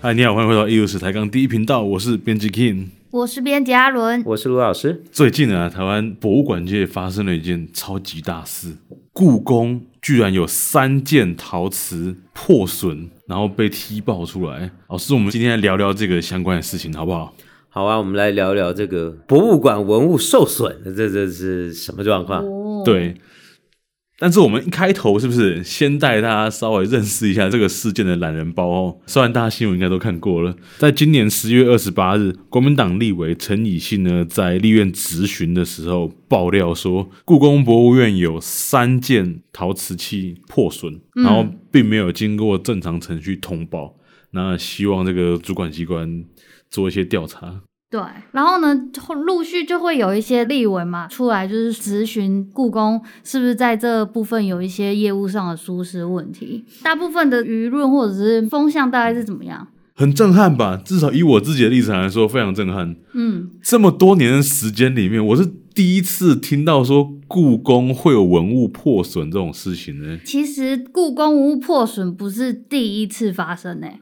嗨，你好，欢迎回到一五史抬杠第一频道，我是编辑 King。我是编辑阿伦，我是卢老师。最近啊，台湾博物馆界发生了一件超级大事，故宫居然有三件陶瓷破损，然后被踢爆出来。老师，我们今天来聊聊这个相关的事情，好不好？好啊，我们来聊聊这个博物馆文物受损，这这是什么状嗯况？哦，对。但是我们一开头是不是先带大家稍微认识一下这个事件的懒人包哦？虽然大家新闻应该都看过了，在今年十月二十八日，国民党立委陈以信呢在立院质询的时候爆料说，故宫博物院有三件陶瓷器破损，然后并没有经过正常程序通报，那希望这个主管机关做一些调查。对，然后呢，后陆续就会有一些例文嘛出来，就是咨询故宫是不是在这部分有一些业务上的疏失问题。大部分的舆论或者是风向大概是怎么样？很震撼吧？至少以我自己的立场来说，非常震撼。嗯，这么多年的时间里面，我是第一次听到说故宫会有文物破损这种事情呢。其实故宫文物破损不是第一次发生欸诶、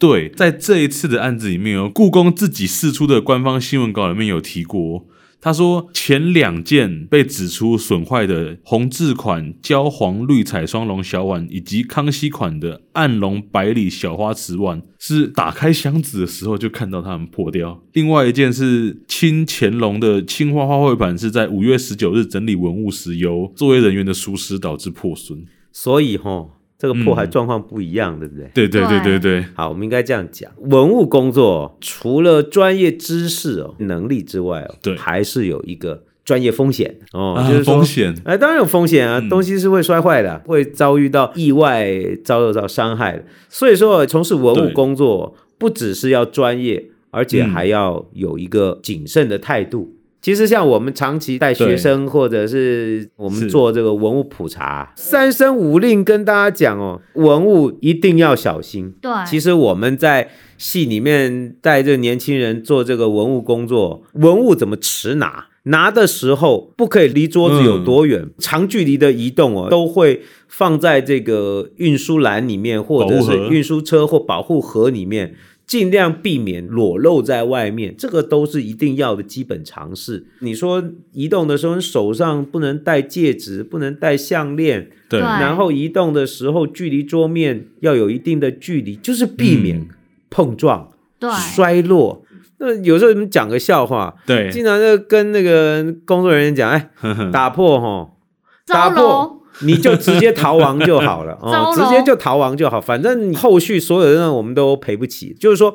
对，在这一次的案子里面哦，故宫自己释出的官方新闻稿里面有提过哦，他说前两件被指出损坏的红字款焦黄绿彩双龙小碗，以及康熙款的暗龙百里小花瓷碗，是打开箱子的时候就看到它们破掉。另外一件是清乾隆的青花花卉盘，是在五月十九日整理文物时，由作业人员的疏失导致破损。所以吼，这个破坏状况不一样，对不对？对对对对对，好，我们应该这样讲，文物工作除了专业知识哦、能力之外哦，对还是有一个专业风险哦，啊就是说风险嗯哎，当然有风险啊，东西是会摔坏的，会遭遇到意外，遭受到伤害的。所以说，从事文对物工作不只是要专业，而且还要有一个谨慎的态嗯度。其实像我们长期带学生，或者是我是们做这个文物普查，三声五令跟大家讲哦，文物一定要小心。对，其实我们在戏里面带这年轻人做这个文物工作，文物怎么持拿？拿的时候不可以离桌子有多远，嗯长距离的移动哦，都会放在这个运输篮里面，或者保护是盒运输车或保护盒里面，尽量避免裸露在外面，这个都是一定要的基本常识。你说移动的时候，你手上不能戴戒指，不能戴项链，对对然后移动的时候，距离桌面要有一定的距离，就是避免碰撞、对，摔落。那有时候我们讲个笑话，对，经常就跟那个工作人员讲，哎，打破哈，糟打喽破。你就直接逃亡就好了，哦，糟了直接就逃亡就好，反正你后续所有的我们都赔不起。就是说，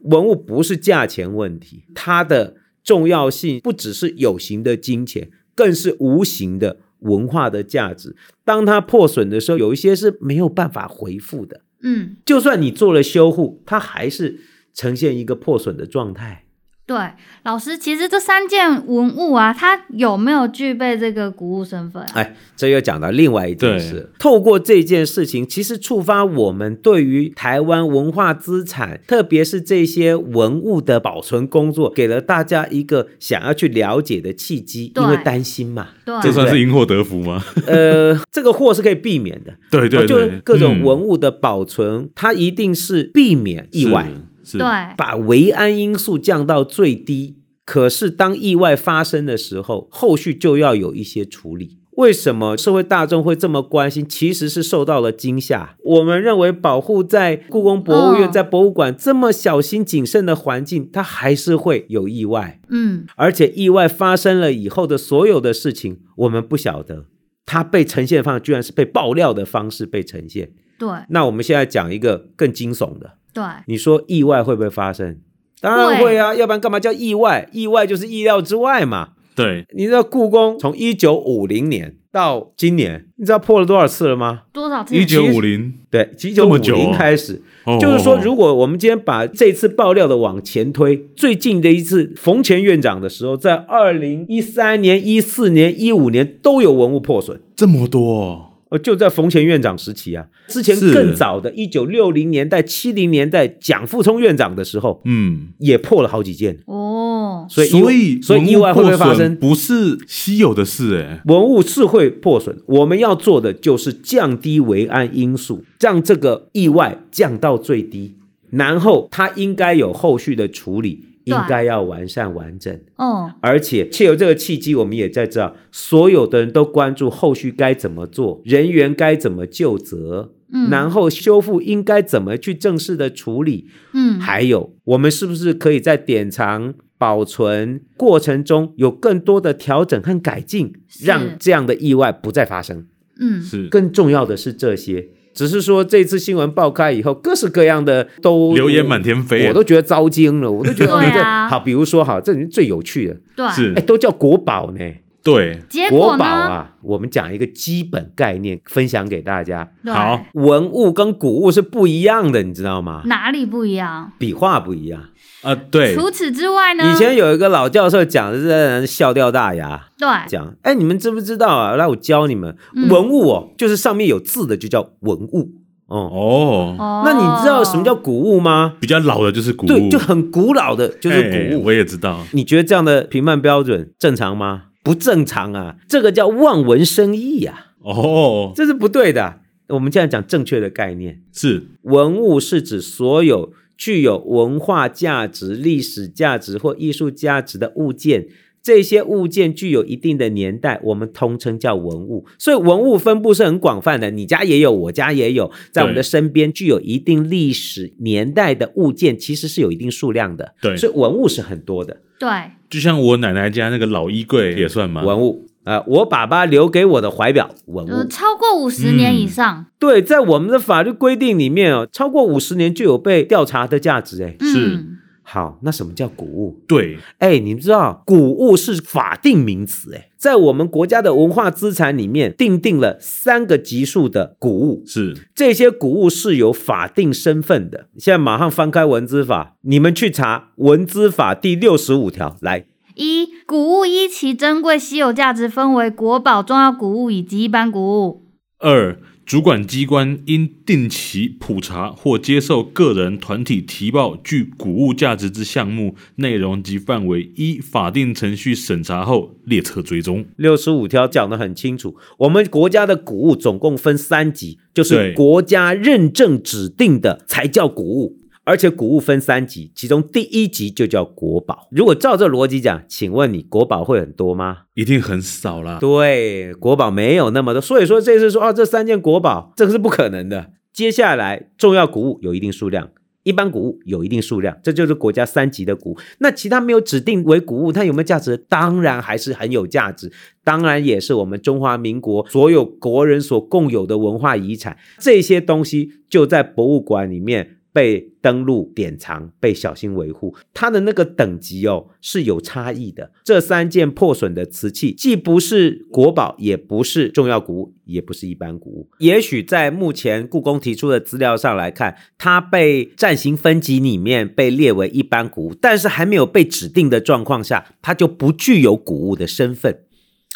文物不是价钱问题，它的重要性不只是有形的金钱，更是无形的文化的价值。当它破损的时候，有一些是没有办法回复的，嗯，就算你做了修护，它还是呈现一个破损的状态。对，老师，其实这三件文物啊，它有没有具备这个古物身份、啊？哎，这又讲到另外一件事。透过这件事情，其实触发我们对于台湾文化资产，特别是这些文物的保存工作，给了大家一个想要去了解的契机，对因为担心嘛。 对，这算是因祸得福吗？呃，这个祸是可以避免的， 对对哦就对，是各种嗯文物的保存，它一定是避免意外。嗯是，是对，把维安因素降到最低。可是当意外发生的时候，后续就要有一些处理。为什么社会大众会这么关心？其实是受到了惊吓。我们认为保护在故宫博物嗯院、在博物馆这么小心谨慎的环境，它还是会有意外。嗯，而且意外发生了以后的所有的事情，我们不晓得，它被呈现的方式居然是被爆料的方式被呈现。对那我们现在讲一个更惊悚的，对你说意外会不会发生？当然会啊，要不然干嘛叫意外？意外就是意料之外嘛。对，你知道故宫从一九五零年到今年，你知道破了多少次了吗？多少次？一九五零，对，一九这五么久零哦开始，哦就是说，哦哦如果我们今天把这次爆料的往前推，最近的一次冯前院长的时候，在二零一三年、一四年、一五年都有文物破损。这么多哦，呃，就在冯前院长时期啊，之前是更早的，一九六零年代、七零年代，蒋富聪院长的时候，嗯，也破了好几件，哦，所以所以所文以物意外会不会发破损生？不是稀有的事哎，文物是会破损，我们要做的就是降低维安因素，让这个意外降到最低。然后它应该有后续的处理，对应该要完善完整。哦，而且借由这个契机，我们也在知道，所有的人都关注后续该怎么做，人员该怎么就责，嗯然后修复应该怎么去正式的处理，嗯，还有我们是不是可以在典藏、保存过程中有更多的调整和改进，是让这样的意外不再发生。嗯，是更重要的是这些。只是说这次新闻爆开以后，各式各样的都流言满天飞啊哎我都觉得糟惊了，我都觉 得对这啊好，比如说好，这里面最有趣的，对，哎，是，都叫国宝呢。对，结国果呢？宝啊，我们讲一个基本概念，分享给大家。对好，文物跟古物是不一样的，你知道吗？哪里不一样？笔画不一样。啊，对，除此之外呢？以前有一个老教授讲的，让人笑掉大牙，对，讲：“哎，你们知不知道啊？来，我教你们，嗯文物哦，就是上面有字的就叫文物哦。哦，哦，那你知道什么叫古物吗？比较老的就是古对，物，就很古老的就是哎古物。我也知道，你觉得这样的评判标准正常吗？不正常啊，这个叫望文生义呀、啊。”哦，这是不对的。啊我们现在讲正确的概念，是文物是指所有具有文化价值、历史价值或艺术价值的物件。这些物件具有一定的年代，我们通称叫文物。所以文物分布是很广泛的，你家也有，我家也有，在我们的身边具有一定历史年代的物件，其实是有一定数量的。对所以文物是很多的。对，就像我奶奶家那个老衣柜也算吗？文物，呃，我爸爸留给我的怀表，文呃，物。超过五十年以嗯上，对，在我们的法律规定里面哦，超过五十年就有被调查的价值。哎，是嗯，好，那什么叫古物？对，哎，你知道古物是法定名词哎，在我们国家的文化资产里面定定了三个级数的古物，是这些古物是有法定身份的。现在马上翻开文资法，你们去查文资法第六十五条，来，一古物依其珍贵稀有价值分为国宝、重要古物以及一般古物。二。主管机关应定期普查或接受个人、团体提报具古物价值之项目、内容及范围，依法定程序审查后列册追踪。六十五条讲得很清楚，我们国家的古物总共分三级，就是对国家认证指定的才叫古物，而且古物分三级，其中第一级就叫国宝。如果照这逻辑讲，请问你国宝会很多吗？一定很少啦。对，国宝没有那么多，所以说这次说啊，这三件国宝这个是不可能的。接下来重要古物有一定数量。一般古物有一定数量，这就是国家三级的古物。那其他没有指定为古物，它有没有价值？当然还是很有价值，当然也是我们中华民国所有国人所共有的文化遗产。这些东西就在博物馆里面被登录、典藏、被小心维护。它的那个等级哦是有差异的。这三件破损的瓷器，既不是国宝，也不是重要古物，也不是一般古物。也许在目前故宫提出的资料上来看，它被暂行分级里面被列为一般古物，但是还没有被指定的状况下，它就不具有古物的身份。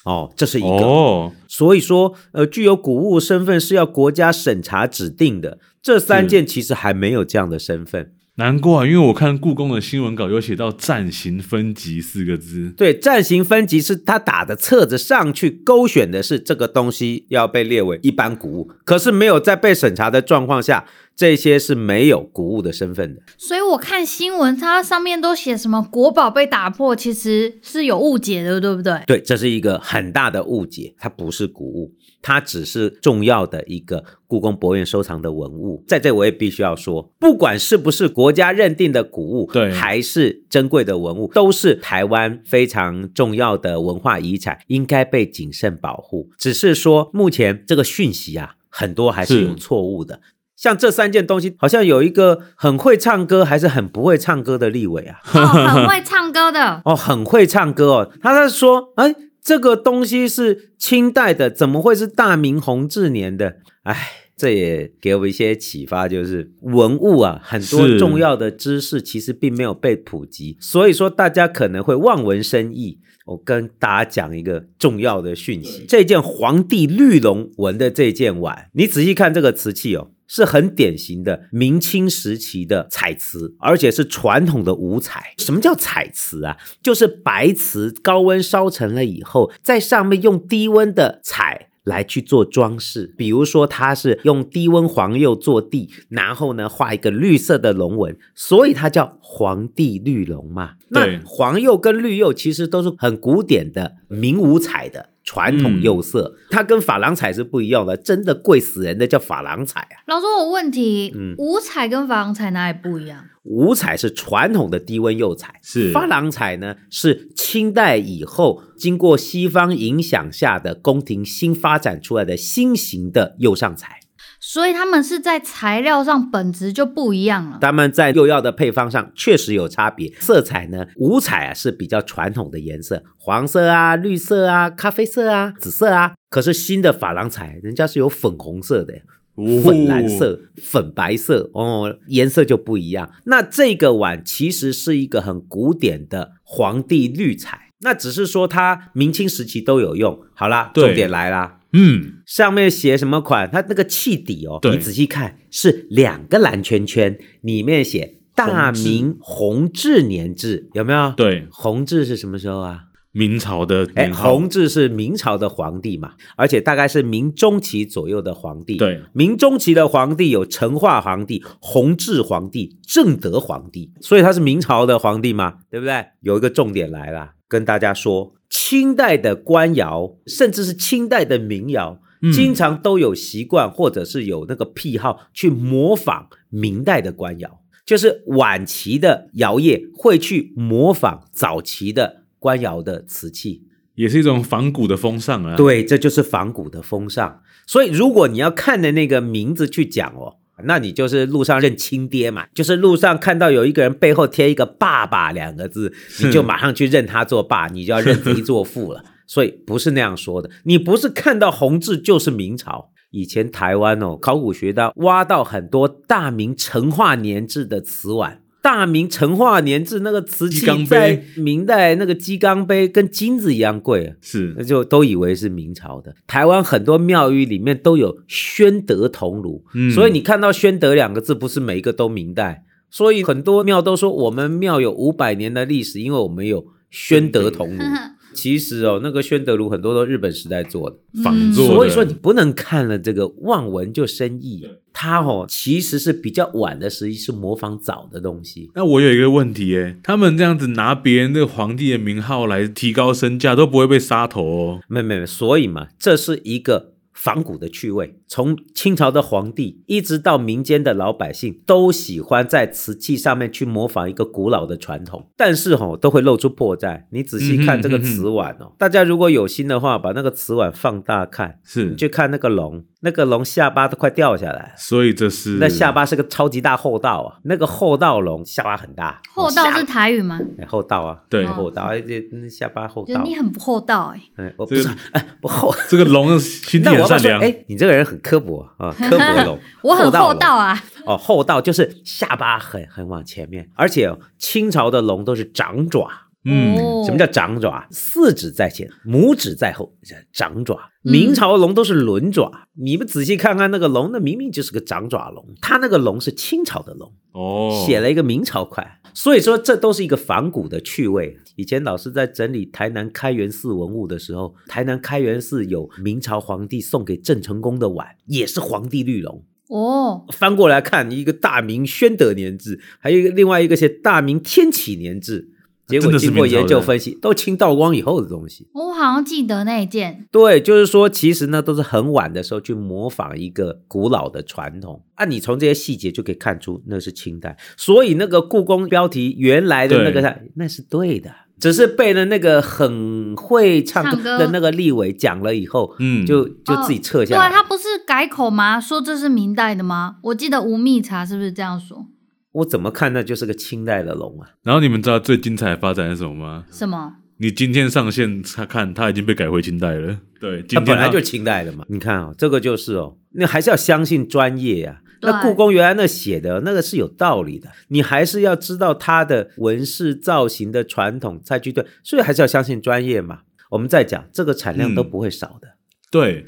哦，这是一个。哦，所以说，呃，具有古物身份是要国家审查指定的。这三件其实还没有这样的身份。难怪，因为我看故宫的新闻稿有写到“暂行分级”四个字。对，暂行分级是他打的册子上去勾选的是这个东西要被列为一般古物，可是没有在被审查的状况下，这些是没有古物的身份的。所以我看新闻，它上面都写什么国宝被打破，其实是有误解的，对不 对？对，这是一个很大的误解，它不是古物，它只是重要的一个故宫博物院收藏的文物。在这我也必须要说，不管是不是国家认定的古物，对还是珍贵的文物，都是台湾非常重要的文化遗产，应该被谨慎保护。只是说，目前这个讯息啊，很多还是是有错误的。像这三件东西，好像有一个很会唱歌，还是很不会唱歌的立委啊。哦，很会唱歌的，哦，很会唱歌哦。他在说，哎，这个东西是清代的，怎么会是大明弘治年的？哎，这也给我一些启发，就是文物啊，很多是重要的知识其实并没有被普及，所以说大家可能会望文生义。我跟大家讲一个重要的讯息：这件皇帝绿龙纹的这件碗，你仔细看这个瓷器哦，是很典型的明清时期的彩瓷，而且是传统的五彩。什么叫彩瓷啊？就是白瓷高温烧成了以后，在上面用低温的彩来去做装饰，比如说它是用低温黄釉做地，然后呢画一个绿色的龙纹，所以它叫黄帝绿龙嘛。对那黄釉跟绿釉其实都是很古典的明五彩的。传统釉色，它跟珐琅彩是不一样的，真的贵死人的叫珐琅彩啊！老师，我有问题，嗯五彩跟珐琅彩哪里不一样？五彩是传统的低温釉彩，是珐琅彩呢是清代以后经过西方影响下的宫廷新发展出来的新型的釉上彩，所以他们是在材料上本质就不一样了。它们在釉药的配方上确实有差别。色彩呢，五彩啊是比较传统的颜色，黄色啊、绿色啊、咖啡色啊、紫色啊。可是新的珐琅彩，人家是有粉红色的耶，哦粉蓝色、粉白色哦，颜色就不一样。那这个碗其实是一个很古典的皇帝绿彩，那只是说它明清时期都有用。好啦，对重点来啦。嗯，上面写什么款？它那个器底哦，对你仔细看是两个蓝圈圈，里面写大明弘治年制，有没有？，对，弘治是什么时候啊？明朝的哎，年号弘治是明朝的皇帝嘛，而且大概是明中期左右的皇帝。对，明中期的皇帝有成化皇帝、弘治皇帝、正德皇帝，所以他是明朝的皇帝嘛，对不对？有一个重点来啦，跟大家说，清代的官窑，甚至是清代的民窑，嗯经常都有习惯或者是有那个癖好去模仿明代的官窑，就是晚期的窑业会去模仿早期的官窑的瓷器。也是一种仿古的风尚啊。，对，这就是仿古的风尚。所以如果你要看的那个名字去讲哦，那你就是路上认亲爹嘛，就是路上看到有一个人背后贴一个“爸爸”两个字，你就马上去认他做爸，你就要认贼作父 了。所以不是那样说的，你不是看到弘治就是明朝。以前台湾哦，考古学到挖到很多大明成化年制的瓷碗。大明成化年制那个瓷鸡器缸，在杯明代那个鸡缸杯跟金子一样贵、啊，那是就都以为是明朝的。台湾很多庙宇里面都有宣德铜炉，嗯所以你看到“宣德”两个字，不是每一个都明代，所以很多庙都说我们庙有五百年的历史，因为我们有宣德铜炉。其实哦，那个宣德炉很多都日本时代做的，仿嗯作的，所以说你不能看了这个望文就生义。它哦，其实是比较晚的时期是模仿早的东西。那我有一个问题耶，他们这样子拿别人的皇帝的名号来提高身价，都不会被杀头哦。没没没，所以嘛，这是一个仿古的趣味。从清朝的皇帝一直到民间的老百姓，都喜欢在瓷器上面去模仿一个古老的传统，但是吼、都会露出破绽。你仔细看这个嗯哼嗯哼瓷碗哦，大家如果有心的话，把那个瓷碗放大看，是你，去看那个龙，那个龙下巴都快掉下来了。所以这是那下巴是个超级大后道啊，那个后道龙下巴很大， 厚道是下台语吗？哎后道啊，对后道，而且嗯下巴后就是道你，很不厚道哎、，哎，我不这个是，哎，不后，这个龙的心地那我很要不善要说，良，哎，你这个人很刻薄啊，刻薄龙 我很厚道厚道啊。龙哦，厚道就是下巴很很往前面，而且哦、清朝的龙都是掌爪。嗯，哦什么叫掌爪？四指在前，拇指在后，掌爪。嗯明朝龙都是轮爪，你们仔细看看那个龙，那明明就是个掌爪龙，它那个龙是清朝的龙。哦，写了一个明朝款，所以说这都是一个仿古的趣味。以前老师在整理台南开元寺文物的时候，台南开元寺有明朝皇帝送给郑成功的碗，也是皇帝绿龙。哦，翻过来看，一个大明宣德年制，还有一个另外一个写大明天启年制。结啊真果的是经过明朝的研究分析，都清道光以后的东西。我好像记得那一件。对，就是说，其实呢，都是很晚的时候去模仿一个古老的传统啊。你从这些细节就可以看出，那是清代。所以那个故宫标题原来的那个，那是对的，只是被了那个很会唱唱歌歌的那个立委讲了以后，嗯就就自己撤对下来。啊，他不是改口吗？说这是明代的吗？我记得吴蜜茶是不是这样说？我怎么看那就是个清代的龙啊？然后你们知道最精彩的发展是什么吗？什么？你今天上线他看，他已经被改回清代了。对，今它天本来他就是清代的嘛。你看啊、这个就是哦，那还是要相信专业呀、对那故宫原来那写的那个是有道理的，你还是要知道它的纹饰造型的传统再去对，所以还是要相信专业嘛。我们再讲这个产量嗯都不会少的，对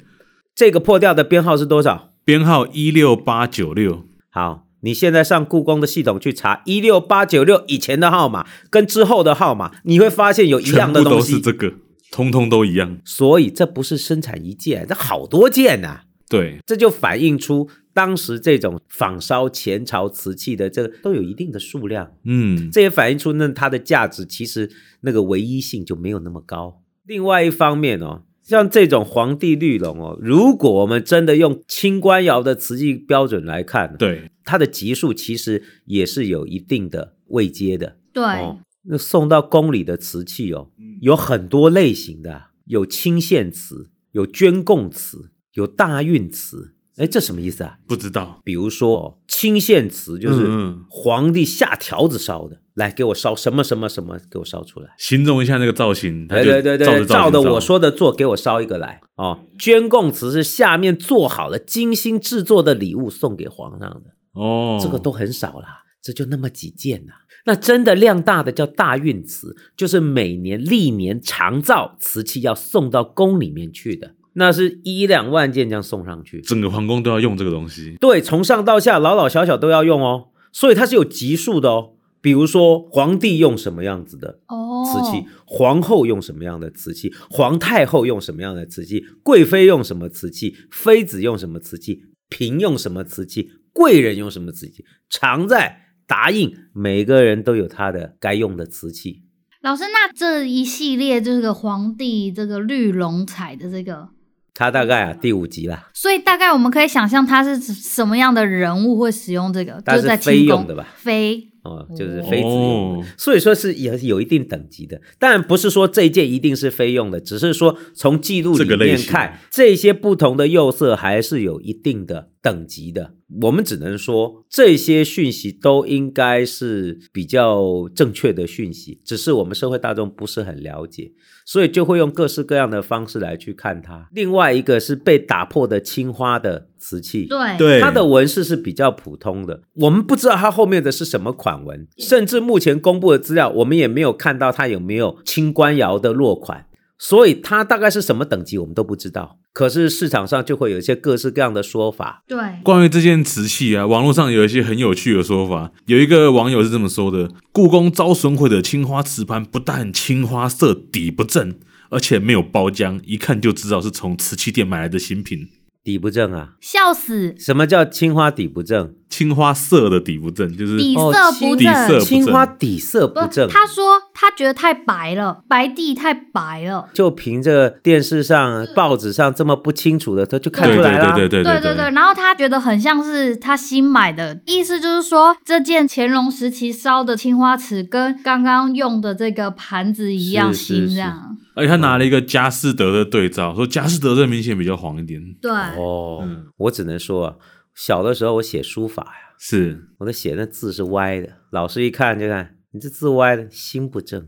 这个破掉的编号是多少？编号一六八九六，好，你现在上故宫的系统去查一六八九六以前的号码跟之后的号码，你会发现有一全样的部东都是西，这个。通通都一样。所以这不是生产一件，这好多件啊呐、对，这就反映出当时这种仿烧前朝瓷器的这个都有一定的数量，嗯，这也反映出那它的价值其实那个唯一性就没有那么高。另外一方面哦，像这种皇帝绿龙哦，如果我们真的用清官窑的瓷器标准来看，对，它的级数其实也是有一定的位阶的。对，哦，那送到宫里的瓷器哦，嗯有很多类型的啊，有清献瓷，有捐贡瓷，有大运瓷。哎，这什么意思啊？不知道，比如说哦清献瓷，就是嗯嗯皇帝下条子烧的，来给我烧什么什么什么，给我烧出来。形容一下那个造型，他对就对对照对，着造照型着造我说的做，给我烧一个来哦。捐贡瓷是下面做好了精心制作的礼物送给皇上的。哦，这个都很少啦，这就那么几件呐、那真的量大的叫大运瓷，就是每年历年常造瓷器要送到宫里面去的，那是一两万件这样送上去。整个皇宫都要用这个东西，对，从上到下，老老小小都要用哦，所以它是有级数的哦。比如说皇帝用什么样子的哦，瓷器，皇后用什么样的瓷器，皇太后用什么样的瓷器，贵妃用什么瓷器，妃子用什么瓷器，嫔用什么瓷器，贵人用什么瓷器，常在答应每个人都有他的该用的瓷器。老师，那这一系列这个皇帝这个绿龙彩的这个，他大概啊第五集啦，所以大概我们可以想象他是什么样的人物会使用这个，他就是在妃清用宫的吧？妃哦，就是哦妃子用哦的。所以说是有有一定等级的，当然不是说这一件一定是非用的，只是说从记录这个里类面型看，这些不同的釉色还是有一定的等级的。我们只能说这些讯息都应该是比较正确的讯息，只是我们社会大众不是很了解，所以就会用各式各样的方式来去看它。另外一个是被打破的青花的瓷器，对对，它哎的纹饰是比较普通的，我们不知道它后面的是什么款纹，甚至目前公布的资料，我们也没有看到它有没有清官窑的落款，所以它大概是什么等级我们都不知道。可是市场上就会有一些各式各样的说法，对关于这件瓷器啊，网络上有一些很有趣的说法。有一个网友是这么说的：故宫遭损毁的青花瓷盘，不但青花色底不正，而且没有包浆，一看就知道是从瓷器店买来的新品。底不正啊。笑死，什么叫青花底不正？青花色的底不正，就是底哦色青不底色正，不正青花底色不正。他说他觉得太白了，白地太白了。就凭这电视上、报纸上这么不清楚的，他啊就看对出对来了。对对对对对对，对，然后他觉得很像是他新买的，意思就是说这件乾隆时期烧的青花瓷跟刚刚用的这个盘子一样是是新，是这样而且他拿了一个佳士得的对照，说佳士得这明显比较黄一点，对，哦，我只能说啊，小的时候我写书法呀，是我的写那字是歪的，老师一看就看你这字歪的，心不正。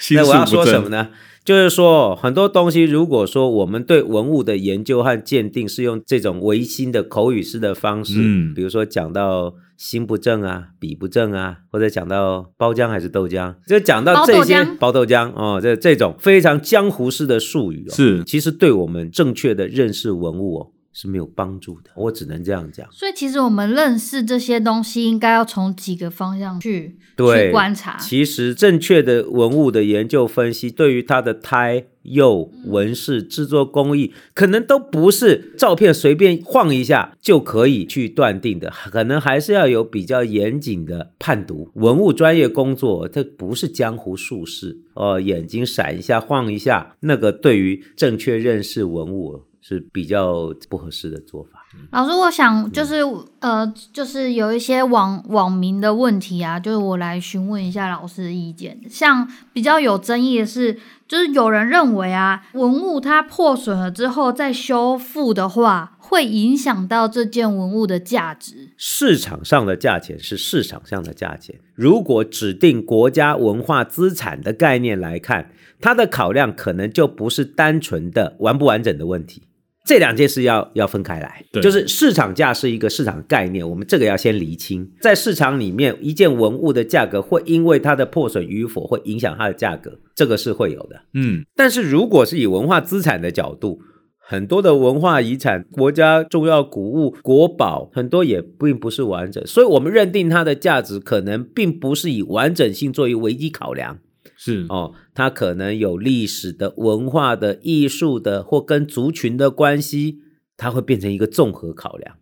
心那术我要不说什么正，呢？就是说，很多东西，如果说我们对文物的研究和鉴定是用这种唯心的口语式的方式，嗯比如说讲到心不正啊、笔不正啊，或者讲到包浆还是豆浆，就讲到这些包豆浆哦，这这种非常江湖式的术语哦，是其实对我们正确的认识文物哦是没有帮助的。我只能这样讲。所以其实我们认识这些东西，应该要从几个方向去对去观察。其实正确的文物的研究分析，对于它的胎、釉、纹饰、制作工艺，可能都不是照片随便晃一下就可以去断定的，可能还是要有比较严谨的判读。文物专业工作，它不是江湖术士，呃，眼睛闪一下、晃一下，那个对于正确认识文物是比较不合适的做法。老师，我想就是、呃，就是有一些网网民的问题啊，就是我来询问一下老师的意见。像比较有争议的是，就是有人认为啊，文物它破损了之后再修复的话，会影响到这件文物的价值。市场上的价钱是市场上的价钱。如果指定国家文化资产的概念来看，它的考量可能就不是单纯的完不完整的问题。这两件事要要分开来对，就是市场价是一个市场概念，我们这个要先厘清。在市场里面，一件文物的价格会因为它的破损与否，会影响它的价格，这个是会有的。嗯，但是如果是以文化资产的角度，很多的文化遗产、国家重要古物、国宝，很多也并不是完整，所以我们认定它的价值可能并不是以完整性作为唯一考量，是哦，它可能有历史的、文化的、艺术的，或跟族群的关系，它会变成一个综合考量。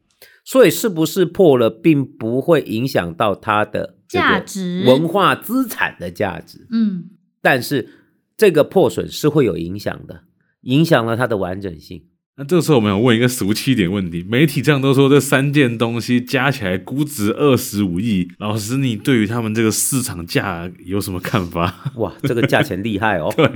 所以是不是破了，并不会影响到它的这个价值文化资产的价值，嗯，但是这个破损是会有影响的，影响了它的完 整性。那这个时候我们要问一个俗气一点问题：媒体这样都说这三件东西加起来估值二十五亿，老师你对于他们这个市场价有什么看法？！哇，这个价钱厉害哦对，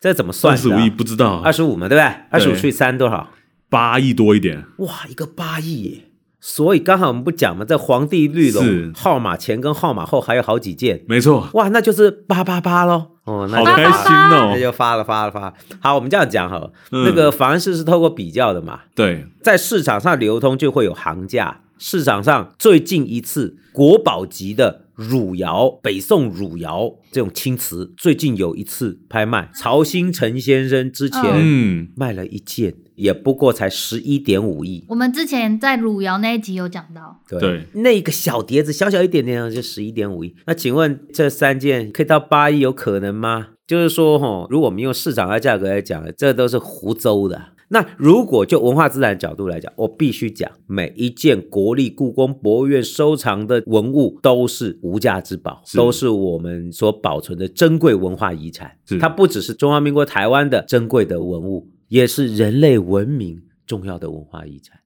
这怎么算二的十啊、五亿不知道啊，二十五嘛，对不对？二十五对除以三多少？八亿多一点，哇，一个八亿耶！所以刚好我们不讲嘛，在皇帝绿是龙号码前跟号码后还有好几件，没错，哇，那就是八八八哎喽。哦，好那就开发心那哦。就发了发了发了。好，我们这样讲好了，嗯那个房市是透过比较的嘛，对，在市场上流通就会有行价。市场上最近一次国宝级的汝窑，北宋汝窑这种青瓷，最近有一次拍卖，曹新成先生之前嗯，卖了一件，也不过才十一点五亿。我们之前在汝窑那一集有讲到，对对那个小碟子小小一点点啊，就十一点五亿。那请问这三件可以到八亿，有可能吗？就是说，哈，如果我们用市场的价格来讲，这都是胡诌的。那如果就文化资产角度来讲，我必须讲，每一件国立故宫博物院收藏的文物都是无价之宝，是都是我们所保存的珍贵文化遗产是。它不只是中华民国台湾的珍贵的文物，也是人类文明重要的文化遗产。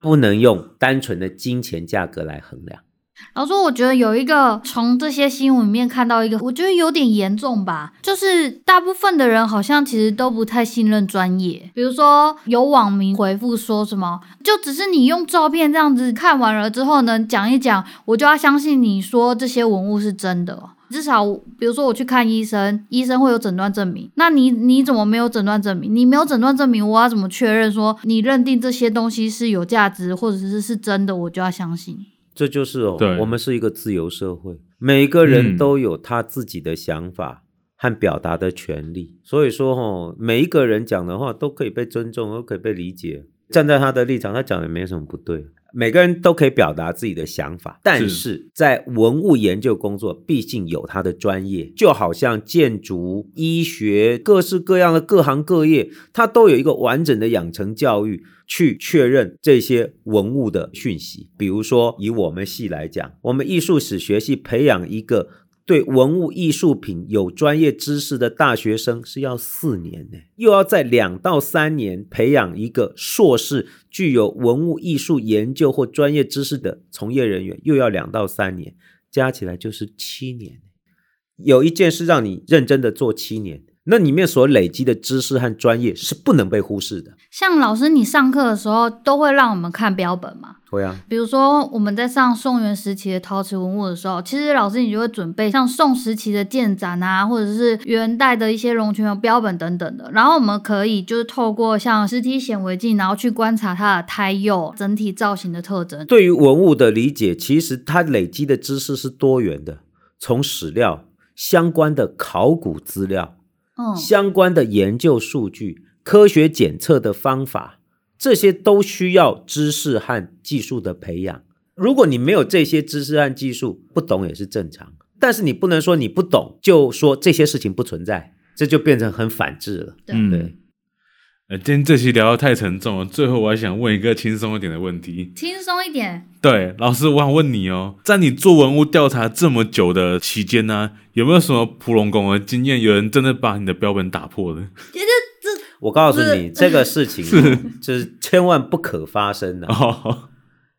不能用单纯的金钱价格来衡量。然后说我觉得有一个从这些新闻里面看到一个，我觉得有点严重吧，就是大部分的人好像其实都不太信任专业，比如说有网民回复说什么，就只是你用照片这样子看完了之后呢，讲一讲，我就要相信你说这些文物是真的哦。至少，比如说我去看医生，医生会有诊断证明。那你你怎么没有诊断证明？你没有诊断证明，我要怎么确认说你认定这些东西是有价值或者是是真的？我就要相信。这就是哦对，嗯我们是一个自由社会，每个人都有他自己的想法和表达的权利。所以说哦，每一个人讲的话都可以被尊重，都可以被理解。站在他的立场，他讲的没什么不对。每个人都可以表达自己的想法，但是在文物研究工作，毕竟有他的专业，就好像建筑、医学，各式各样的各行各业，它都有一个完整的养成教育去确认这些文物的讯息。比如说，以我们系来讲，我们艺术史学系培养一个对文物艺术品有专业知识的大学生是要四年呢，又要在两到三年培养一个硕士具有文物艺术研究或专业知识的从业人员，又要两到三年，加起来就是七年。有一件事让你认真的做七年，那里面所累积的知识和专业是不能被忽视的。像老师，你上课的时候都会让我们看标本嘛？会啊，比如说我们在上宋元时期的陶瓷文物的时候，其实老师你就会准备像宋时期的建盏啊，或者是元代的一些龙泉的标本等等的。然后我们可以就是透过像实体显微镜，然后去观察它的胎釉、整体造型的特征。对于文物的理解，其实它累积的知识是多元的，从史料、相关的考古资料、嗯，相关的研究数据、科学检测的方法，这些都需要知识和技术的培养。如果你没有这些知识和技术，不懂也是正常。但是你不能说你不懂就说这些事情不存在，这就变成很反制了。对嗯对。呃，今天这期聊得太沉重了，最后我还想问一个轻松一点的问题。轻松一点。对，老师，我想问你哦，在你做文物调查这么久的期间呢、有没有什么普龙宫的经验？有人真的把你的标本打破的？我告诉不你，是这个事情 哦就是千万不可发生的、啊哦，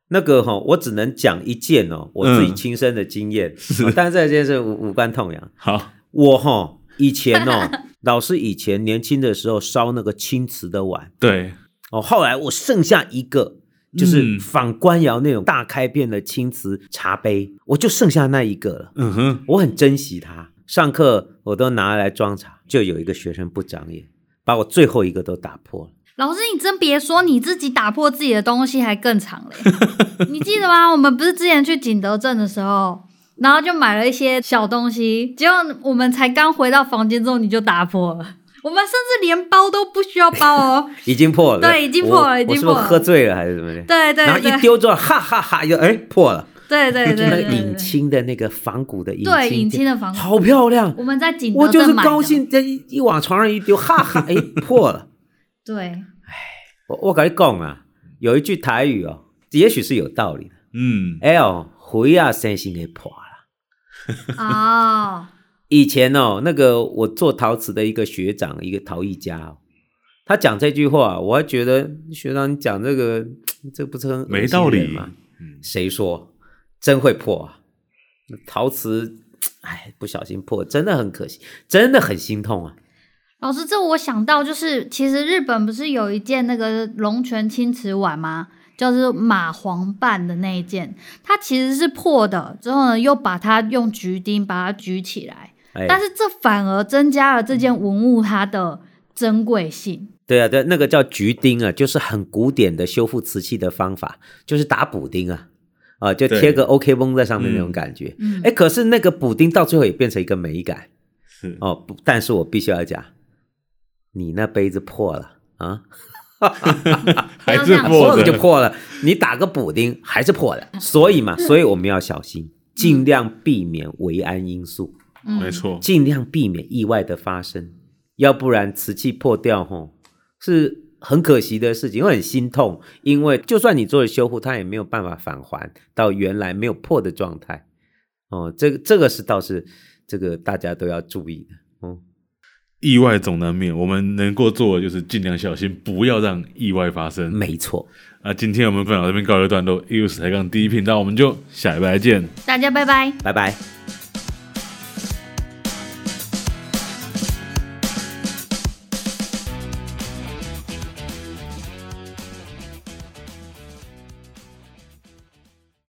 那个哈、我只能讲一件哦，我自己嗯亲身的经验，哦但是这件事无无关痛痒。好，我哈、以前 哦，老师以前年轻的时候烧那个青瓷的碗对，哦，后来我剩下一个就是嗯仿官窑那种大开遍的青瓷茶杯，我就剩下那一个了，嗯哼，我很珍惜它。上课我都拿来装茶，就有一个学生不长眼，把我最后一个都打破了。老师，你真别说，你自己打破自己的东西还更长 嘞。你记得吗？我们不是之前去景德镇的时候，然后就买了一些小东西，结果我们才刚回到房间之后你就打破了。我们甚至连包都不需要包 哦。已经破了，对已经破了我已经我是破不了是喝醉了还是怎么的？对对然后对一丢之后，哈哈哈，又哎破了，对对对那对个对引清的那个仿古的引清，对引清的仿古好漂亮我。们在景德我就是镇买的高兴，这一一往床上一丢，哈哈，哎， 破了。对，我我跟你讲啊，有一句台语哦，也许是有道理的。嗯，哎呦，回啊，三心给破了。哦，以前哦，那个我做陶瓷的一个学长，一个陶艺家、哦，他讲这句话，我还觉得学长你讲这个，这不是很恶心没道人理吗？谁说？真会破啊！陶瓷，哎，不小心破，真的很可惜，真的很心痛啊。老师，这我想到就是，其实日本不是有一件那个龙泉青瓷碗吗？就是马黄瓣的那一件，它其实是破的，之后呢又把它用橘钉把它举起来，哎，但是这反而增加了这件文物它的珍贵性。对啊，对，那个叫橘钉啊，就是很古典的修复瓷器的方法，就是打补丁啊，啊，就贴个 OK 绷在上面那种嗯感觉。嗯哎、，可是那个补丁到最后也变成一个美感。是哦，不，但是我必须要讲，你那杯子破了啊，还这是样破破的了就破了，你打个补丁还是破了，所以嘛，所以我们要小心，尽量避免维安因素，嗯没。错，尽量避免意外的发生，要不然瓷器破掉吼是。很可惜的事情，会很心痛，因为就算你做了修护，它也没有办法返还到原来没有破的状态。哦，这个这个是倒是这个大家都要注意的。嗯，意外总难免，我们能够做的就是尽量小心，不要让意外发生。没错。那今天我们分享到这边告一段落，EUS 台杠第一频道，我们就下礼拜见。大家拜拜。拜拜。